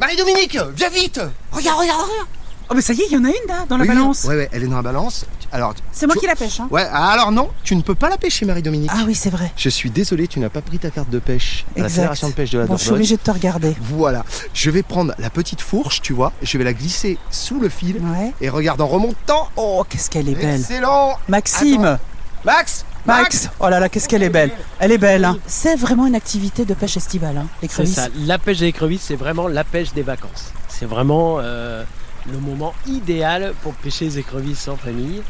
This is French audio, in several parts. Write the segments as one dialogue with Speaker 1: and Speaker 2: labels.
Speaker 1: Marie-Dominique, viens vite
Speaker 2: Regarde, regarde, regarde Oh, mais ça y est, il y en a une là, dans la
Speaker 1: Oui,
Speaker 2: balance.
Speaker 1: Ouais, ouais, elle est dans la balance. Alors, tu-
Speaker 2: C'est moi
Speaker 1: tu-
Speaker 2: qui la pêche. Hein.
Speaker 1: Ouais, alors non, tu ne peux pas la pêcher, Marie-Dominique.
Speaker 2: Ah oui, c'est vrai.
Speaker 1: Je suis désolé, tu n'as pas pris ta carte de pêche à la
Speaker 2: Exact.
Speaker 1: Fédération de pêche de la
Speaker 2: Bon, je suis
Speaker 1: Dordogne.
Speaker 2: obligée de te regarder.
Speaker 1: Voilà, je vais prendre la petite fourche, tu vois, je vais la glisser sous le fil.
Speaker 2: Ouais.
Speaker 1: Et regarde en remontant.
Speaker 2: Oh, qu'est-ce qu'elle est belle.
Speaker 1: Excellent
Speaker 2: Maxime
Speaker 1: Attends. Max
Speaker 2: Max Oh là là, qu'est-ce qu'elle est belle Elle est belle, hein C'est vraiment une activité de pêche estivale, hein, les
Speaker 3: C'est
Speaker 2: crevisses.
Speaker 3: ça, la pêche des écrevisses, c'est vraiment la pêche des vacances. C'est vraiment euh, le moment idéal pour pêcher les écrevisses en famille.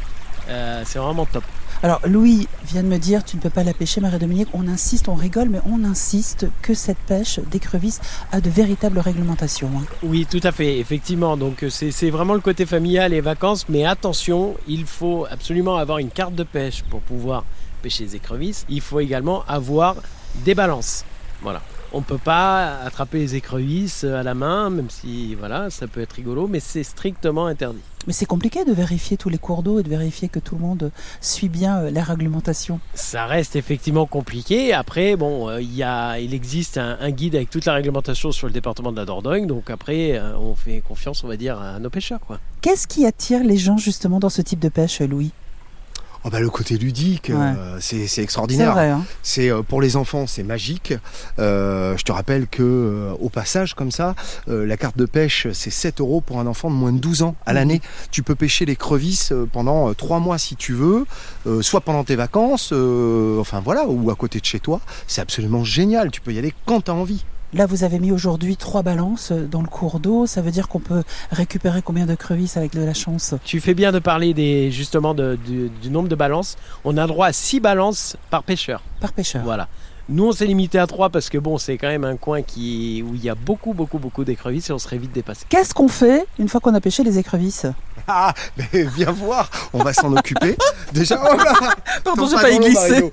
Speaker 3: Euh, c'est vraiment top.
Speaker 2: Alors, Louis vient de me dire, tu ne peux pas la pêcher, Marie-Dominique. On insiste, on rigole, mais on insiste que cette pêche d'écrevisse a de véritables réglementations. hein.
Speaker 3: Oui, tout à fait, effectivement. Donc euh, c'est c'est vraiment le côté familial et vacances, mais attention, il faut absolument avoir une carte de pêche pour pouvoir pêcher les écrevisses. Il faut également avoir des balances. Voilà. On ne peut pas attraper les écrevisses à la main, même si voilà, ça peut être rigolo, mais c'est strictement interdit.
Speaker 2: Mais c'est compliqué de vérifier tous les cours d'eau et de vérifier que tout le monde suit bien euh, la réglementation.
Speaker 3: Ça reste effectivement compliqué. Après, bon, euh, il y a, il existe un, un guide avec toute la réglementation sur le département de la Dordogne. Donc après, euh, on fait confiance, on va dire, à nos pêcheurs, quoi.
Speaker 2: Qu'est-ce qui attire les gens justement dans ce type de pêche, Louis
Speaker 1: Oh bah le côté ludique, euh, c'est c'est
Speaker 2: C'est
Speaker 1: extraordinaire.
Speaker 2: vrai, hein
Speaker 1: C'est euh, pour les enfants, c'est magique. Euh, je te rappelle que euh, au passage comme ça, euh, la carte de pêche c'est 7 euros pour un enfant de moins de 12 ans à l'année. Tu peux pêcher les crevisses euh, pendant 3 mois si tu veux, euh, soit pendant tes vacances, euh, enfin voilà, ou à côté de chez toi. C'est absolument génial. Tu peux y aller quand t'as envie.
Speaker 2: Là, vous avez mis aujourd'hui trois balances euh, dans le cours d'eau. Ça veut dire qu'on peut récupérer combien de crevisses avec de la chance
Speaker 3: Tu fais bien de parler des, justement de- du, du nombre de balances. On a droit à 6 balances par pêcheur.
Speaker 2: par pêcheur
Speaker 3: Voilà. Nous, on s'est limité à 3 parce que bon, c'est quand même un coin qui, où il y a beaucoup, beaucoup, beaucoup d'écrevisses et on serait vite dépassé.
Speaker 2: Qu'est-ce qu'on fait une fois qu'on a pêché les écrevisses
Speaker 1: Ah, mais viens voir, on va s'en occuper. Déjà, oh là,
Speaker 2: Pardon,
Speaker 1: T'en
Speaker 2: j'ai
Speaker 1: parles
Speaker 2: failli
Speaker 1: dans l'eau,
Speaker 2: glisser.
Speaker 1: Marido.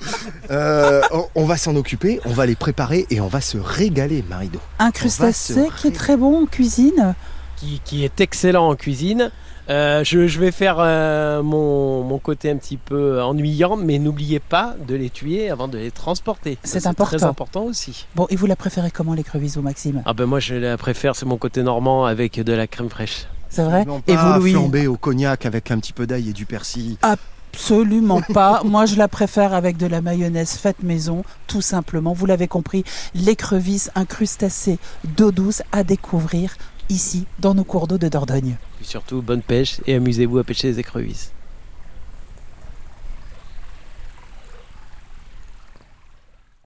Speaker 1: Euh, on- on va s'en occuper, on va les préparer et on va se régaler, Marido.
Speaker 2: Un
Speaker 1: On
Speaker 2: crustacé
Speaker 1: va se
Speaker 2: qui est
Speaker 1: ré-
Speaker 2: très bon en cuisine.
Speaker 3: qui, qui est excellent en cuisine. Euh, je, je vais faire euh, mon, mon côté un petit peu ennuyant, mais n'oubliez pas de les tuer avant de les transporter. Ça,
Speaker 2: C'est important.
Speaker 3: Très important aussi.
Speaker 2: Bon, et vous la préférez comment l'écrevisse, vous, Maxime
Speaker 3: Ah ben moi je la préfère, c'est mon côté normand avec de la crème fraîche.
Speaker 2: C'est vrai
Speaker 1: Non, pas
Speaker 2: Et vous, Louis
Speaker 1: flambé au cognac avec un petit peu d'ail et du persil.
Speaker 2: Absolument pas. Moi, je la préfère avec de la mayonnaise faite maison, tout simplement. Vous l'avez compris, l'écrevisse, un crustacé d'eau douce à découvrir ici, dans nos cours d'eau de Dordogne.
Speaker 3: Et surtout bonne pêche et amusez-vous à pêcher les écrevisses.